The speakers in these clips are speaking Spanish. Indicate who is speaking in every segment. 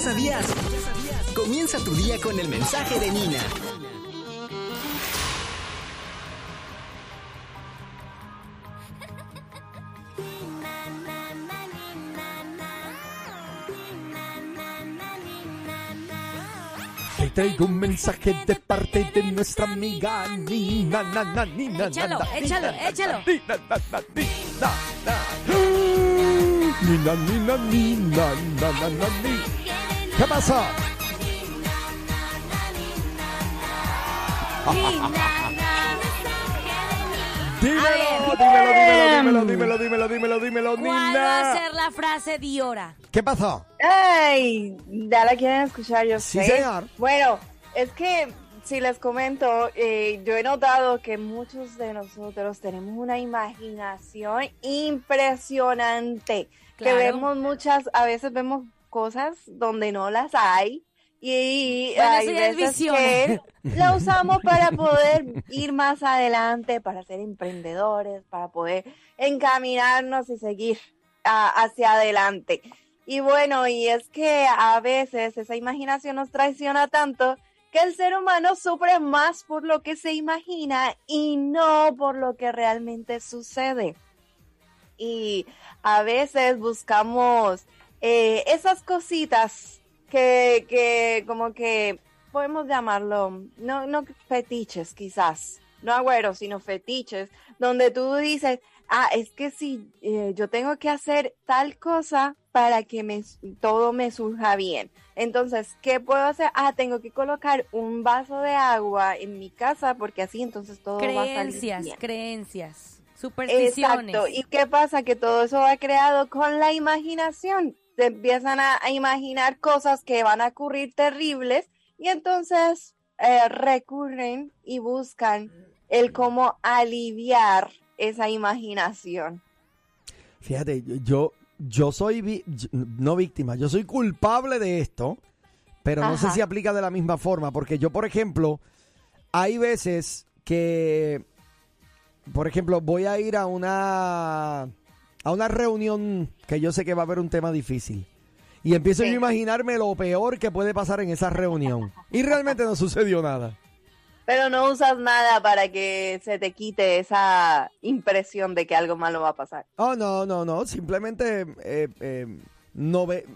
Speaker 1: sabías. Comienza tu día con el mensaje de Nina.
Speaker 2: Te traigo un mensaje de parte de nuestra amiga Nina, na, na, Nina,
Speaker 3: Échalo,
Speaker 2: na, na,
Speaker 3: échalo,
Speaker 2: Nina, na,
Speaker 3: échalo.
Speaker 2: Nina, na, na, Nina, na. Uh, Nina, Nina, Nina, na, na, na, ni. ¿Qué pasa? Dímelo,
Speaker 3: ver.
Speaker 2: dímelo, dímelo, dímelo, dímelo, dímelo, dímelo,
Speaker 3: em. ¿Cuál va a
Speaker 2: Nina.
Speaker 3: ser la frase Diora?
Speaker 2: ¿Qué pasó?
Speaker 4: Ay, ya la quieren escuchar, yo
Speaker 2: Sí,
Speaker 4: sé.
Speaker 2: señor.
Speaker 4: Bueno, es que si les comento, eh, yo he notado que muchos de nosotros tenemos una imaginación impresionante.
Speaker 3: Claro.
Speaker 4: Que vemos muchas, a veces vemos cosas donde no las hay. Y
Speaker 3: Bueno,
Speaker 4: hay
Speaker 3: eso ya es
Speaker 4: veces
Speaker 3: visión.
Speaker 4: que la usamos para poder ir más adelante, para ser emprendedores, para poder encaminarnos y seguir a- hacia adelante. Y bueno, y es que a veces esa imaginación nos traiciona tanto que el ser humano sufre más por lo que se imagina y no por lo que realmente sucede. Y a veces buscamos eh, esas cositas que, que como que podemos llamarlo, no, no fetiches quizás, no agüeros, sino fetiches, donde tú dices, ah, es que si eh, yo tengo que hacer tal cosa para que me, todo me surja bien. Entonces, ¿qué puedo hacer? Ah, tengo que colocar un vaso de agua en mi casa porque así entonces todo va a salir
Speaker 3: Creencias,
Speaker 4: bien.
Speaker 3: creencias, supersticiones.
Speaker 4: Exacto. ¿Y qué pasa? Que todo eso va creado con la imaginación. Se empiezan a, a imaginar cosas que van a ocurrir terribles y entonces eh, recurren y buscan el cómo aliviar esa imaginación.
Speaker 2: Fíjate, yo, yo soy, vi- yo- no víctima, yo soy culpable de esto, pero no sé
Speaker 4: Ajá.
Speaker 2: si aplica de la misma forma, porque yo, por ejemplo, hay veces que, por ejemplo, voy a ir a una, a una reunión que yo sé que va a haber un tema difícil. Y empiezo
Speaker 4: Sí.
Speaker 2: yo a imaginarme lo peor que puede pasar en esa reunión. Y realmente no sucedió nada.
Speaker 4: Pero no usas nada para que se te quite esa impresión de que algo malo va a pasar.
Speaker 2: Oh, no, no, no. Simplemente eh, eh, no ve.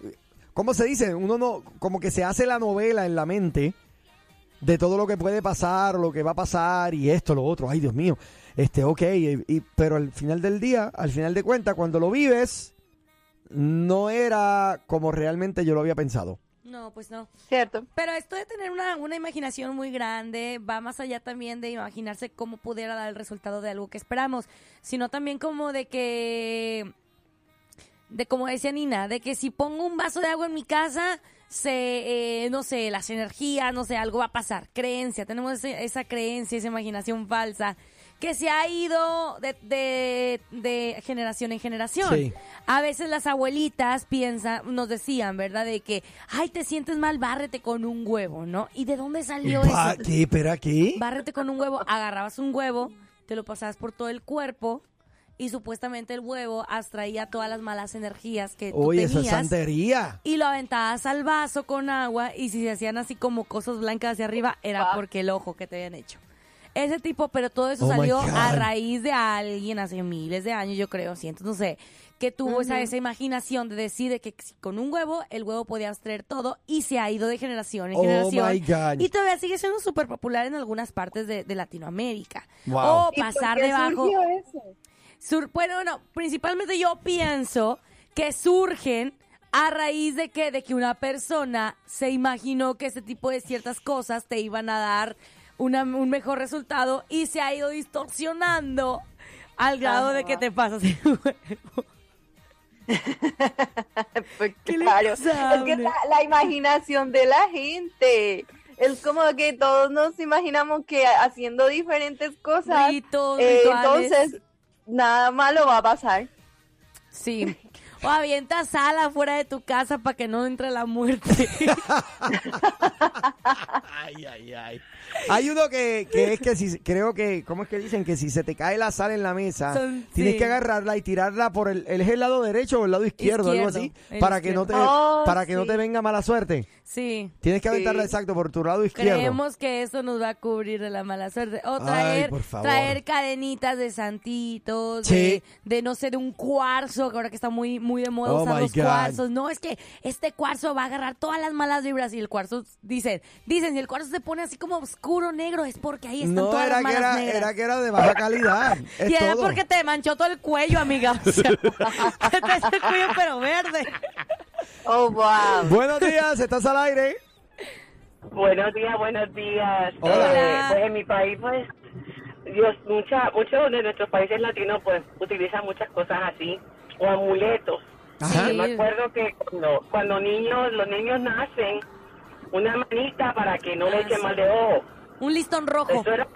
Speaker 2: ¿Cómo se dice? Uno no. Como que se hace la novela en la mente de todo lo que puede pasar, lo que va a pasar y esto, lo otro. Ay, Dios mío. Este, ok. eh, y- pero al final del día, al final de cuentas, cuando lo vives, no era como realmente yo lo había pensado.
Speaker 3: No, pues no.
Speaker 4: ¿Cierto?
Speaker 3: Pero esto de tener una, una imaginación muy grande va más allá también de imaginarse cómo pudiera dar el resultado de algo que esperamos, sino también como de que, de como decía Nina, de que si pongo un vaso de agua en mi casa, se, eh, no sé, las energías, no sé, algo va a pasar. Creencia, tenemos ese- esa creencia, esa imaginación falsa que se ha ido de, de- de generación en generación.
Speaker 2: Sí.
Speaker 3: A veces las abuelitas piensan, nos decían, ¿verdad? De que, ay, te sientes mal, bárrete con un huevo, ¿no? ¿Y de dónde salió
Speaker 2: Pa-
Speaker 3: eso?
Speaker 2: ¿Qué? ¿Pero aquí?
Speaker 3: Bárrete con un huevo, agarrabas un huevo, te lo pasabas por todo el cuerpo y supuestamente el huevo abstraía todas las malas energías que tú
Speaker 2: Oye, eso es
Speaker 3: tenías.
Speaker 2: santería.
Speaker 3: y lo aventabas al vaso con agua y si se hacían así como cosas blancas hacia arriba era
Speaker 4: Ah.
Speaker 3: porque el ojo que te habían hecho. Ese tipo, pero todo eso
Speaker 2: Oh my
Speaker 3: salió
Speaker 2: God.
Speaker 3: a raíz de alguien hace miles de años, yo creo, cientos, no sé, que tuvo esa,
Speaker 4: Ujú.
Speaker 3: esa imaginación de decir de que si con un huevo, el huevo podía abstraer todo y se ha ido de generación en
Speaker 2: Oh
Speaker 3: generación.
Speaker 2: my God.
Speaker 3: Y todavía sigue siendo súper popular en algunas partes de, de Latinoamérica.
Speaker 2: Wow.
Speaker 3: O
Speaker 4: ¿Y por
Speaker 3: pasar
Speaker 4: qué
Speaker 3: debajo.
Speaker 4: surgió eso?
Speaker 3: Sur- bueno, no, principalmente yo pienso que surgen a raíz de que, de que una persona se imaginó que ese tipo de ciertas cosas te iban a dar una- un mejor resultado y se ha ido distorsionando al grado de que te pasas el huevo.
Speaker 4: Pues
Speaker 3: ¿Qué le
Speaker 4: claro,
Speaker 3: pasa,
Speaker 4: es que
Speaker 3: hombre?
Speaker 4: la, la imaginación de la gente. Es como que todos nos imaginamos que haciendo diferentes cosas,
Speaker 3: Ritos,
Speaker 4: eh,
Speaker 3: rituales.
Speaker 4: entonces nada malo va a pasar.
Speaker 3: Sí. O avienta sal afuera de tu casa para que no entre la muerte.
Speaker 2: Ay, ay, ay. Hay uno que, que es que si, creo que, ¿cómo es que dicen? Que si se te cae la sal en la mesa,
Speaker 3: Son-
Speaker 2: tienes
Speaker 3: sí.
Speaker 2: que agarrarla y tirarla por el, el, es el lado derecho o el lado izquierdo, algo así,
Speaker 3: Izquierdo, el
Speaker 2: para que no te,
Speaker 3: izquierdo.
Speaker 4: Oh,
Speaker 2: para que no
Speaker 4: sí.
Speaker 2: te venga mala suerte.
Speaker 3: Sí.
Speaker 2: Tienes que
Speaker 4: Sí.
Speaker 2: aventarla exacto por tu lado izquierdo.
Speaker 3: Creemos que eso nos va a cubrir de la mala suerte. O
Speaker 2: Ay,
Speaker 3: traer,
Speaker 2: por favor.
Speaker 3: traer cadenitas de santitos,
Speaker 2: Sí.
Speaker 3: de, de, no sé, de un cuarzo, que ahora que está muy, muy de moda
Speaker 2: Oh
Speaker 3: usar
Speaker 2: my
Speaker 3: los
Speaker 2: God.
Speaker 3: cuarzos. No, es que este cuarzo va a agarrar todas las malas vibras y el cuarzo, dicen, dicen, si el cuarzo se pone así como oscuro negro es porque ahí están
Speaker 2: no
Speaker 3: todas
Speaker 2: era
Speaker 3: las
Speaker 2: que
Speaker 3: malas
Speaker 2: era,
Speaker 3: negras.
Speaker 2: era que era de baja calidad. Es
Speaker 3: y era
Speaker 2: todo.
Speaker 3: porque te manchó todo el cuello, amiga. O sea, te traes el cuello pero verde.
Speaker 4: Oh, wow.
Speaker 2: Buenos días, estás al aire.
Speaker 5: Buenos días, buenos días.
Speaker 2: Hola.
Speaker 5: Eh, pues en mi país, pues, Dios, mucha, muchos de nuestros países latinos, pues, utilizan muchas cosas así, o amuletos.
Speaker 2: Ajá.
Speaker 5: Yo me acuerdo que cuando, cuando niños, los niños nacen, una manita para que no
Speaker 3: Ah,
Speaker 5: le echen
Speaker 3: sí. Oh.
Speaker 5: mal de ojo.
Speaker 3: Un listón rojo.
Speaker 5: Eso era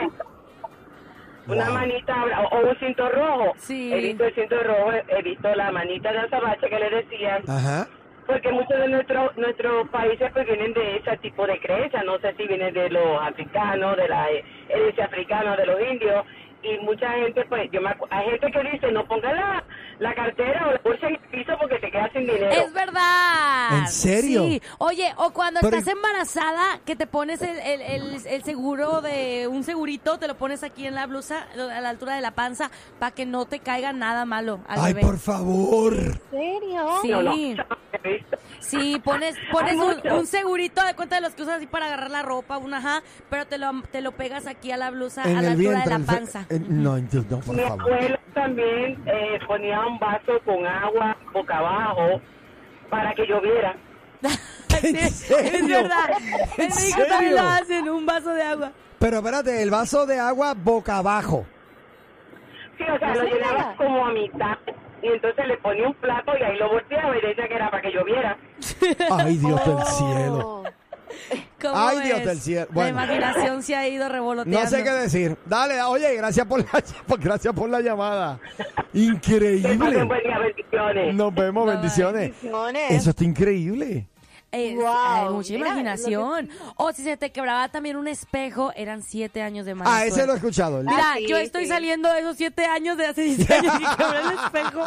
Speaker 5: una
Speaker 2: Wow.
Speaker 5: manita o, o un cinto rojo.
Speaker 3: Sí.
Speaker 5: He visto el cinto rojo, he visto la manita de azabache que le decían.
Speaker 2: Ajá.
Speaker 5: Porque muchos de nuestros nuestros países pues vienen de ese tipo de creencias, no sé si vienen de los africanos, de la eh, herencia africana, de los indios, y mucha gente, pues yo me acu- hay gente que dice, no ponga la, la cartera o la bolsa en el piso porque te quedas sin dinero.
Speaker 3: Es verdad.
Speaker 2: ¿En serio?
Speaker 3: Sí. Oye, o cuando
Speaker 2: Pero-
Speaker 3: estás embarazada, que te pones el, el- el- el seguro de un segurito, te lo pones aquí en la blusa, a la altura de la panza, para que no te caiga nada malo al
Speaker 2: Ay,
Speaker 3: bebé.
Speaker 2: por favor.
Speaker 4: ¿En serio?
Speaker 3: Sí,
Speaker 5: No, no, he visto.
Speaker 3: sí, pones, pones
Speaker 5: Hay
Speaker 3: un,
Speaker 5: mucho.
Speaker 3: un segurito de cuenta de los que usas así para agarrar la ropa, una ajá, pero te lo, te lo pegas aquí a la blusa,
Speaker 2: en
Speaker 3: a la
Speaker 2: el
Speaker 3: altura
Speaker 2: vientre.
Speaker 3: de
Speaker 2: en
Speaker 3: la
Speaker 2: fe-
Speaker 3: panza.
Speaker 2: en- no, entiendo, no, por
Speaker 5: Mi
Speaker 2: favor.
Speaker 5: abuelo también eh, ponía un vaso con agua boca abajo para que lloviera.
Speaker 2: ¿En
Speaker 3: Sí, es
Speaker 2: serio?
Speaker 3: verdad. En
Speaker 2: ¿En
Speaker 3: México también
Speaker 2: serio?
Speaker 3: lo hacen, un vaso de agua.
Speaker 2: Pero espérate, el vaso de agua boca abajo.
Speaker 5: Sí, o sea,
Speaker 4: No
Speaker 5: lo
Speaker 4: sabía.
Speaker 5: llenaba como a mitad y entonces le ponía un plato y ahí lo volteaba y decía que era para que lloviera.
Speaker 2: Ay, Dios del
Speaker 4: Oh.
Speaker 2: cielo.
Speaker 3: ¿Cómo
Speaker 2: Ay, Dios
Speaker 3: ves?
Speaker 2: del cielo. Bueno.
Speaker 3: La imaginación se ha ido revoloteando.
Speaker 2: No sé qué decir. Dale, oye, gracias por la, por- gracias por la llamada.
Speaker 5: Que
Speaker 2: Increíble.
Speaker 5: pasen buen día, bendiciones.
Speaker 2: Nos vemos,
Speaker 3: Bye.
Speaker 2: bendiciones.
Speaker 4: Bendiciones.
Speaker 2: Eso está increíble.
Speaker 3: Eh,
Speaker 4: Wow,
Speaker 3: hay mucha
Speaker 4: mira,
Speaker 3: imaginación. O si se te quebraba también un espejo, eran siete años de más.
Speaker 2: Ah, ese lo he escuchado. El-
Speaker 3: Mira,
Speaker 4: Ah, sí,
Speaker 3: yo estoy
Speaker 4: sí.
Speaker 3: saliendo de esos siete años de hace 10 años que quebré el espejo.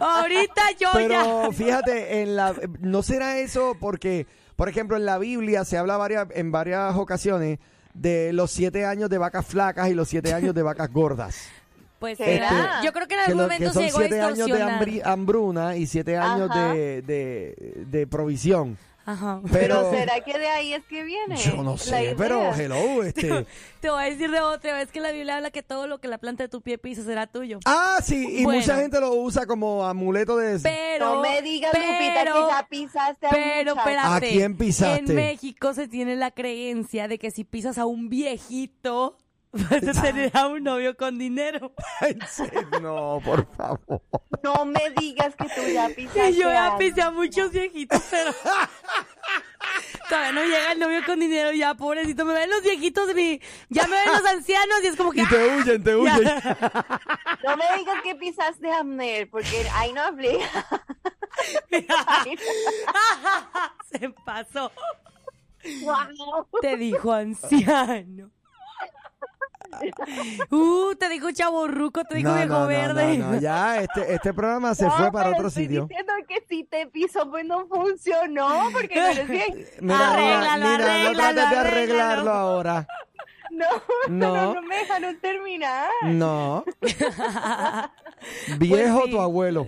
Speaker 3: Ahorita yo
Speaker 2: Pero
Speaker 3: ya.
Speaker 2: fíjate, en la, no será eso porque, por ejemplo, en la Biblia se habla varias, en varias ocasiones de los siete años de vacas flacas y los siete años de vacas gordas.
Speaker 3: Pues
Speaker 4: Este,
Speaker 3: será. yo creo que en
Speaker 2: que,
Speaker 3: algún
Speaker 2: lo- que
Speaker 3: momento se
Speaker 2: son
Speaker 3: llegó a
Speaker 2: siete años de
Speaker 3: distorsionar.
Speaker 2: hambri- hambruna y siete años
Speaker 4: Ajá.
Speaker 2: de, de, de provisión.
Speaker 3: Ajá.
Speaker 2: Pero,
Speaker 4: Pero, ¿será que de ahí es que viene?
Speaker 2: yo no
Speaker 4: la
Speaker 2: sé,
Speaker 4: idea?
Speaker 2: pero hello, este.
Speaker 3: Te voy a decir de otra vez que la Biblia habla que todo lo que la planta de tu pie pisa será tuyo.
Speaker 2: Ah, sí, y
Speaker 3: Bueno.
Speaker 2: mucha gente lo usa como amuleto de...
Speaker 3: Pero.
Speaker 4: No me digas, Lupita,
Speaker 3: pero-
Speaker 4: que ya pisaste a
Speaker 3: Pero
Speaker 4: muchachos.
Speaker 3: espérate.
Speaker 2: ¿A quién pisaste?
Speaker 3: En México se tiene la creencia de que si pisas a un viejito, vas a tener a un novio con dinero.
Speaker 2: En serio, no, por favor.
Speaker 4: No me digas que tú ya pisaste
Speaker 3: Y yo ya
Speaker 4: algo.
Speaker 3: pisé a muchos viejitos, pero. Todavía no llega el novio con dinero, ya, pobrecito. Me ven los viejitos, de mi... ya me ven los ancianos y es como que.
Speaker 2: Y te huyen, te
Speaker 3: Ya.
Speaker 2: huyen.
Speaker 4: No me digas que pisaste a Amner, porque ahí no hablé.
Speaker 3: se pasó.
Speaker 4: Wow.
Speaker 3: Te dijo anciano. Uh, te dijo chaborruco, te dijo
Speaker 2: No,
Speaker 3: viejo
Speaker 2: no, no,
Speaker 3: verde.
Speaker 2: no, no, ya este, este programa se fue
Speaker 4: No,
Speaker 2: para
Speaker 4: pero
Speaker 2: otro
Speaker 4: estoy
Speaker 2: sitio.
Speaker 4: diciendo que si te piso, pues no funcionó, porque no eres bien.
Speaker 2: Mira,
Speaker 3: Arréglalo,
Speaker 2: mira, mira, no
Speaker 3: arréglalo,
Speaker 2: trates de
Speaker 3: arréglalo.
Speaker 2: arreglarlo ahora.
Speaker 4: No,
Speaker 2: No. Mm,
Speaker 4: no, no, me dejaron terminar.
Speaker 2: No. Viejo
Speaker 3: Pues sí.
Speaker 2: tu abuelo.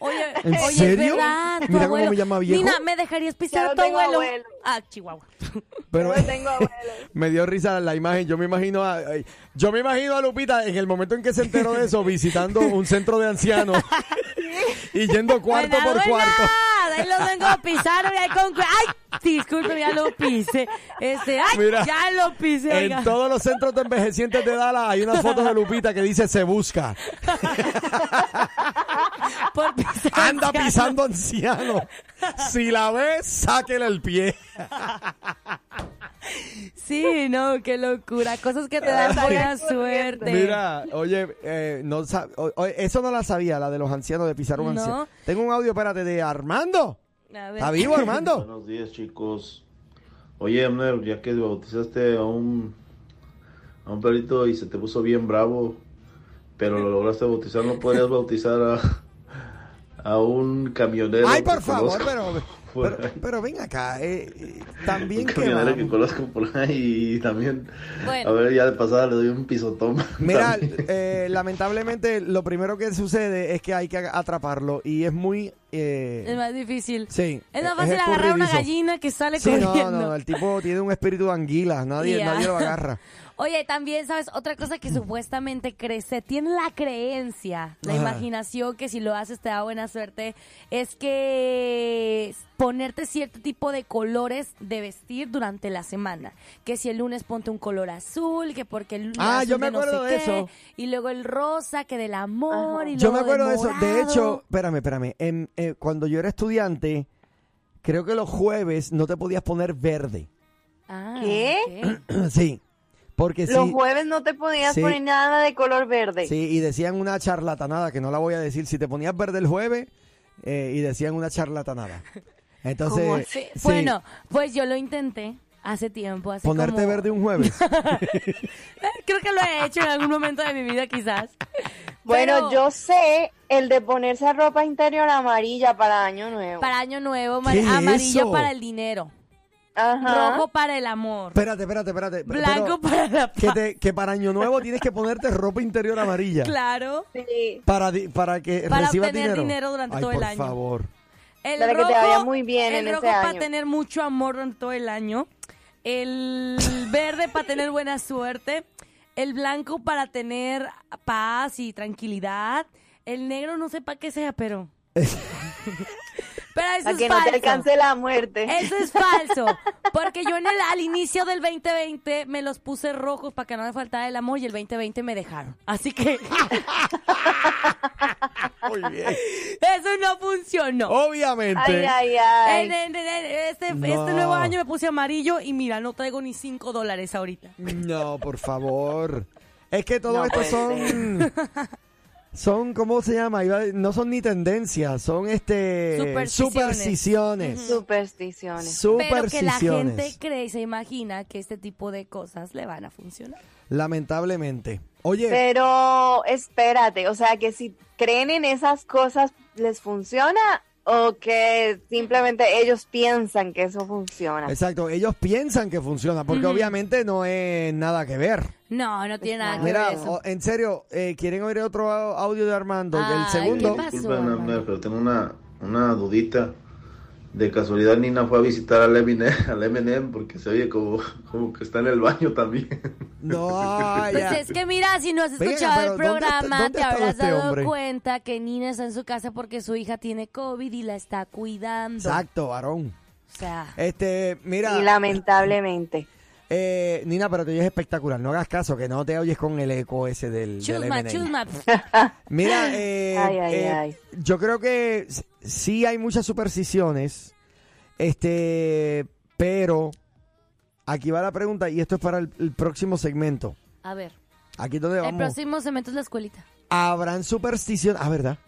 Speaker 3: Oye,
Speaker 2: ¿En
Speaker 3: oye,
Speaker 2: serio?
Speaker 3: es verdad, tu
Speaker 2: Mira cómo
Speaker 3: abuelo.
Speaker 2: me llama viejo.
Speaker 3: Nina, ¿me dejarías pisar
Speaker 4: Ya no
Speaker 3: a tu
Speaker 4: tengo
Speaker 3: abuelo?
Speaker 4: abuelo.
Speaker 3: Ah, Chihuahua.
Speaker 2: Pero
Speaker 4: No tengo abuelo.
Speaker 2: me dio risa la imagen. Yo me imagino a, ay, yo me imagino a Lupita en el momento en que se enteró de eso visitando un centro de ancianos y yendo cuarto
Speaker 3: Bueno,
Speaker 2: por
Speaker 3: abuela,
Speaker 2: cuarto.
Speaker 3: Ahí los vengo a pisar, mira, ahí con... cu- Ay, disculpe, ya lo pisé. Este, ay,
Speaker 2: Mira,
Speaker 3: ya lo pisé. oiga.
Speaker 2: En todos los centros de envejecientes de Dallas hay una foto de Lupita que dice se busca.
Speaker 3: Por pisar
Speaker 2: Anda
Speaker 3: ancianos.
Speaker 2: pisando anciano. Si la ves, sáquele el pie.
Speaker 3: Sí, no, qué locura. Cosas que te dan buena suerte.
Speaker 2: Mira, oye, eh, no sab- o- oye, eso no la sabía, la de los ancianos, de pisar un
Speaker 3: No.
Speaker 2: anciano. Tengo un audio, espérate, de Armando.
Speaker 3: A ver.
Speaker 2: ¿Está vivo, Armando?
Speaker 6: Buenos días, chicos. Oye, Amner, ya que bautizaste a un, a un perrito y se te puso bien bravo, pero lo lograste bautizar, ¿no podrías bautizar a, a un camionero?
Speaker 2: Ay, por
Speaker 6: que
Speaker 2: favor,
Speaker 6: conozco
Speaker 2: pero,
Speaker 6: por
Speaker 2: pero,
Speaker 6: ahí?
Speaker 2: pero ven acá. eh, eh,
Speaker 6: Un
Speaker 2: también que
Speaker 6: camionero que
Speaker 2: vamos.
Speaker 6: conozco por ahí y también,
Speaker 3: Bueno.
Speaker 6: a ver, ya de pasada le doy un pisotón.
Speaker 2: Mira,
Speaker 6: también.
Speaker 2: eh, lamentablemente lo primero que sucede es que hay que atraparlo y es muy... eh,
Speaker 3: Es más difícil.
Speaker 2: sí.
Speaker 3: Es más fácil agarrar una gallina que sale
Speaker 2: Sí, no,
Speaker 3: corriendo.
Speaker 2: no, no, el tipo tiene un espíritu de anguila, nadie,
Speaker 3: Ya.
Speaker 2: nadie lo agarra.
Speaker 3: Oye, también, ¿sabes? Otra cosa que supuestamente crece, tiene la creencia, la
Speaker 2: Ajá.
Speaker 3: imaginación que si lo haces te da buena suerte, es que ponerte cierto tipo de colores de vestir durante la semana. Que si el lunes ponte un color azul, que porque el lunes
Speaker 2: Ah,
Speaker 3: azul
Speaker 2: yo me
Speaker 3: de no
Speaker 2: acuerdo
Speaker 3: sé
Speaker 2: de
Speaker 3: qué,
Speaker 2: eso.
Speaker 3: Y luego el rosa, que del amor,
Speaker 4: Ajá.
Speaker 3: y
Speaker 2: Yo
Speaker 3: luego
Speaker 2: me acuerdo
Speaker 3: del
Speaker 2: de eso. De hecho,
Speaker 3: morado.
Speaker 2: espérame, espérame. En, eh, cuando yo era estudiante, creo que los jueves no te podías poner verde.
Speaker 3: Ah,
Speaker 4: ¿Qué?
Speaker 3: ok.
Speaker 2: sí. Porque
Speaker 4: Los
Speaker 2: sí.
Speaker 4: jueves no te podías
Speaker 2: Sí.
Speaker 4: poner nada de color verde.
Speaker 2: Sí, y decían una charlatanada, que no la voy a decir. Si te ponías verde el jueves, eh, y decían una charlatanada.
Speaker 4: ¿Cómo
Speaker 2: Entonces,
Speaker 4: así?
Speaker 3: Sí,
Speaker 2: sí,
Speaker 3: Bueno, pues yo lo intenté hace tiempo, hace
Speaker 2: ponerte
Speaker 3: como-
Speaker 2: verde un jueves.
Speaker 3: Creo que lo he hecho en algún momento de mi vida, quizás.
Speaker 4: Bueno,
Speaker 3: Pero
Speaker 4: yo sé el de ponerse ropa interior amarilla para Año Nuevo.
Speaker 3: Para Año Nuevo, mar-
Speaker 2: ¿Qué es
Speaker 3: amarillo
Speaker 2: eso?
Speaker 3: para el dinero,
Speaker 4: Ajá.
Speaker 3: rojo para el amor,
Speaker 2: espérate, espérate, espérate. Pero-
Speaker 3: blanco para la
Speaker 2: que,
Speaker 3: paz.
Speaker 2: te- que para Año Nuevo tienes que ponerte ropa interior amarilla.
Speaker 3: Claro.
Speaker 4: Sí.
Speaker 2: Para, di- para que
Speaker 3: Para
Speaker 2: recibas
Speaker 3: obtener dinero durante
Speaker 2: Ay,
Speaker 3: todo el
Speaker 2: por
Speaker 3: año.
Speaker 2: favor.
Speaker 3: El
Speaker 4: Para que te
Speaker 3: rojo,
Speaker 4: vaya muy bien
Speaker 3: el
Speaker 4: en
Speaker 3: rojo
Speaker 4: ese
Speaker 3: para
Speaker 4: año.
Speaker 3: tener mucho amor durante todo el año, el verde para tener buena suerte, el blanco para tener paz y tranquilidad, el negro no sé para qué sea, pero... pero eso
Speaker 4: Para
Speaker 3: es
Speaker 4: que no te
Speaker 3: falso.
Speaker 4: alcance la muerte.
Speaker 3: Eso es falso. Porque yo en el, al inicio del 2020 me los puse rojos para que no me faltara el amor y el 2020 me dejaron. Así que
Speaker 2: Muy bien.
Speaker 3: eso no funcionó.
Speaker 2: Obviamente.
Speaker 4: Ay, ay, ay.
Speaker 3: En- en- en- en- este,
Speaker 2: Oh, No.
Speaker 3: este nuevo año me puse amarillo y mira, no traigo ni 5 dólares ahorita.
Speaker 2: No, por favor. Es que todo
Speaker 4: No
Speaker 2: esto
Speaker 4: puede
Speaker 2: son. Son, ¿cómo se llama? Iba a- no son ni tendencias, son este.
Speaker 3: Supersticiones.
Speaker 2: Supersticiones.
Speaker 4: Supersticiones.
Speaker 3: Pero que la gente
Speaker 2: Supersticiones.
Speaker 3: cree y se imagina que este tipo de cosas le van a funcionar.
Speaker 2: Lamentablemente. Oye,
Speaker 4: Pero espérate, o sea que si creen en esas cosas, ¿les funciona? ¿O que simplemente ellos piensan que eso funciona?
Speaker 2: exacto, ellos piensan que funciona, porque obviamente no es nada que ver.
Speaker 3: No, no tiene nada que
Speaker 2: Mira,
Speaker 3: ver eso.
Speaker 2: o- en serio, eh, ¿quieren oír otro au- audio de Armando? Que el
Speaker 3: Ay,
Speaker 2: segundo.
Speaker 3: ¿qué pasó,
Speaker 6: Disculpen,
Speaker 3: hermano?
Speaker 6: Abner, pero tengo una, una dudita. De casualidad, Nina fue a visitar al Eminem, al Eminem porque se oye como, como que está en el baño también.
Speaker 2: No, ah,
Speaker 3: Pues
Speaker 2: ya.
Speaker 3: es que mira, si no has
Speaker 2: Venga,
Speaker 3: escuchado
Speaker 2: pero
Speaker 3: el
Speaker 2: ¿dónde está-
Speaker 3: programa,
Speaker 2: dónde
Speaker 3: te
Speaker 2: estaba
Speaker 3: habrás
Speaker 2: este
Speaker 3: dado
Speaker 2: hombre?
Speaker 3: cuenta que Nina está en su casa porque su hija tiene COVID y la está cuidando.
Speaker 2: Exacto, varón.
Speaker 3: O sea,
Speaker 2: Este, mira.
Speaker 4: Y lamentablemente.
Speaker 2: Eh, Nina, pero te oyes espectacular. No hagas caso, que no te oyes con el eco ese del, del
Speaker 3: chusma,
Speaker 2: M&A.
Speaker 3: chusma.
Speaker 2: Mira, eh,
Speaker 4: Ay, ay,
Speaker 2: eh,
Speaker 4: ay.
Speaker 2: yo creo que s- sí hay muchas supersticiones, este, pero aquí va la pregunta y esto es para el, el próximo segmento.
Speaker 3: A
Speaker 2: Este
Speaker 3: ver,
Speaker 2: Aquí es donde
Speaker 3: el
Speaker 2: vamos.
Speaker 3: próximo segmento es la escuelita.
Speaker 2: Habrán supersticiones. Ah, ¿verdad?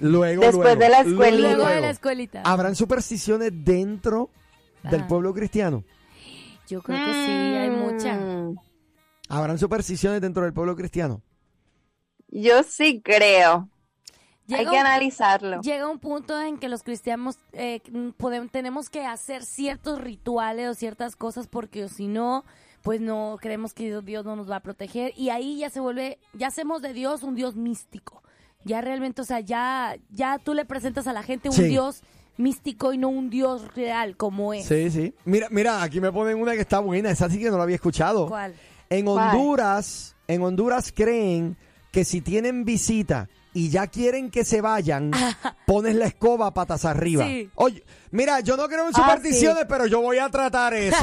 Speaker 2: Luego,
Speaker 4: Después
Speaker 2: luego,
Speaker 4: de la escuelita.
Speaker 3: Luego de
Speaker 2: luego.
Speaker 3: la escuelita.
Speaker 2: Habrán supersticiones dentro del
Speaker 3: Ah.
Speaker 2: pueblo cristiano.
Speaker 3: Yo creo que sí, hay mucha.
Speaker 4: Mm,
Speaker 2: Habrán supersticiones dentro del pueblo cristiano.
Speaker 4: Yo sí creo. Hay
Speaker 3: Llega
Speaker 4: que
Speaker 3: un-
Speaker 4: analizarlo.
Speaker 3: Llega un punto en que los cristianos eh, podemos, tenemos que hacer ciertos rituales o ciertas cosas porque si no, pues no creemos que Dios, Dios no nos va a proteger y ahí ya se vuelve, ya hacemos de Dios un Dios místico. Ya realmente, o sea, ya, ya tú le presentas a la gente un
Speaker 2: Sí.
Speaker 3: Dios místico y no un Dios real como es.
Speaker 2: Sí, sí. Mira, mira, aquí me ponen una que está buena. Esa sí que no la había escuchado.
Speaker 3: ¿Cuál?
Speaker 2: En
Speaker 4: ¿Cuál?
Speaker 2: Honduras, en Honduras creen que si tienen visita y ya quieren que se vayan, pones la escoba patas arriba.
Speaker 3: Sí.
Speaker 2: Oye, mira, yo no creo en
Speaker 4: Ah, sí.
Speaker 2: supersticiones, pero yo voy a tratar eso.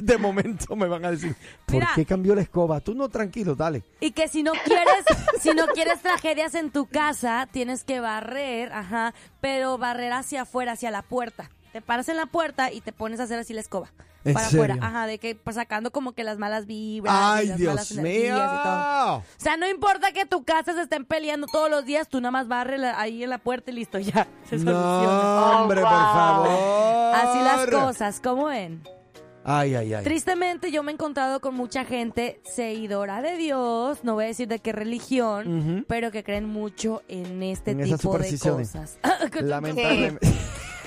Speaker 2: De momento me van a decir, ¿por
Speaker 3: Mira.
Speaker 2: qué cambió la escoba? Tú no, tranquilo, dale.
Speaker 3: Y que si no quieres, si no quieres tragedias en tu casa, tienes que barrer, ajá, pero barrer hacia afuera, hacia la puerta. Te paras en la puerta y te pones a hacer así la escoba.
Speaker 2: ¿En
Speaker 3: para
Speaker 2: serio?
Speaker 3: afuera. Ajá, de que pues, sacando como que las malas vibras.
Speaker 2: ¡Ay,
Speaker 3: y las malas
Speaker 2: Dios
Speaker 3: energías y todo.
Speaker 2: mío!
Speaker 3: O sea, no importa que tu casa se estén peleando todos los días, tú nada más barre la- ahí en la puerta y listo, ya. Se soluciona.
Speaker 2: No, hombre, por
Speaker 4: wow.
Speaker 2: favor.
Speaker 3: Oh, Así las cosas, ¿cómo ven?
Speaker 2: Ay, ay, ay.
Speaker 3: Tristemente yo me he encontrado con mucha gente seguidora de Dios, no voy a decir de qué religión,
Speaker 2: Ujú.
Speaker 3: pero que creen mucho en este
Speaker 2: En esas
Speaker 3: tipo de
Speaker 2: supersticiones.
Speaker 3: cosas.
Speaker 2: Lamentablemente.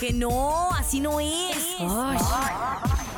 Speaker 3: Que no, así no es. Ay.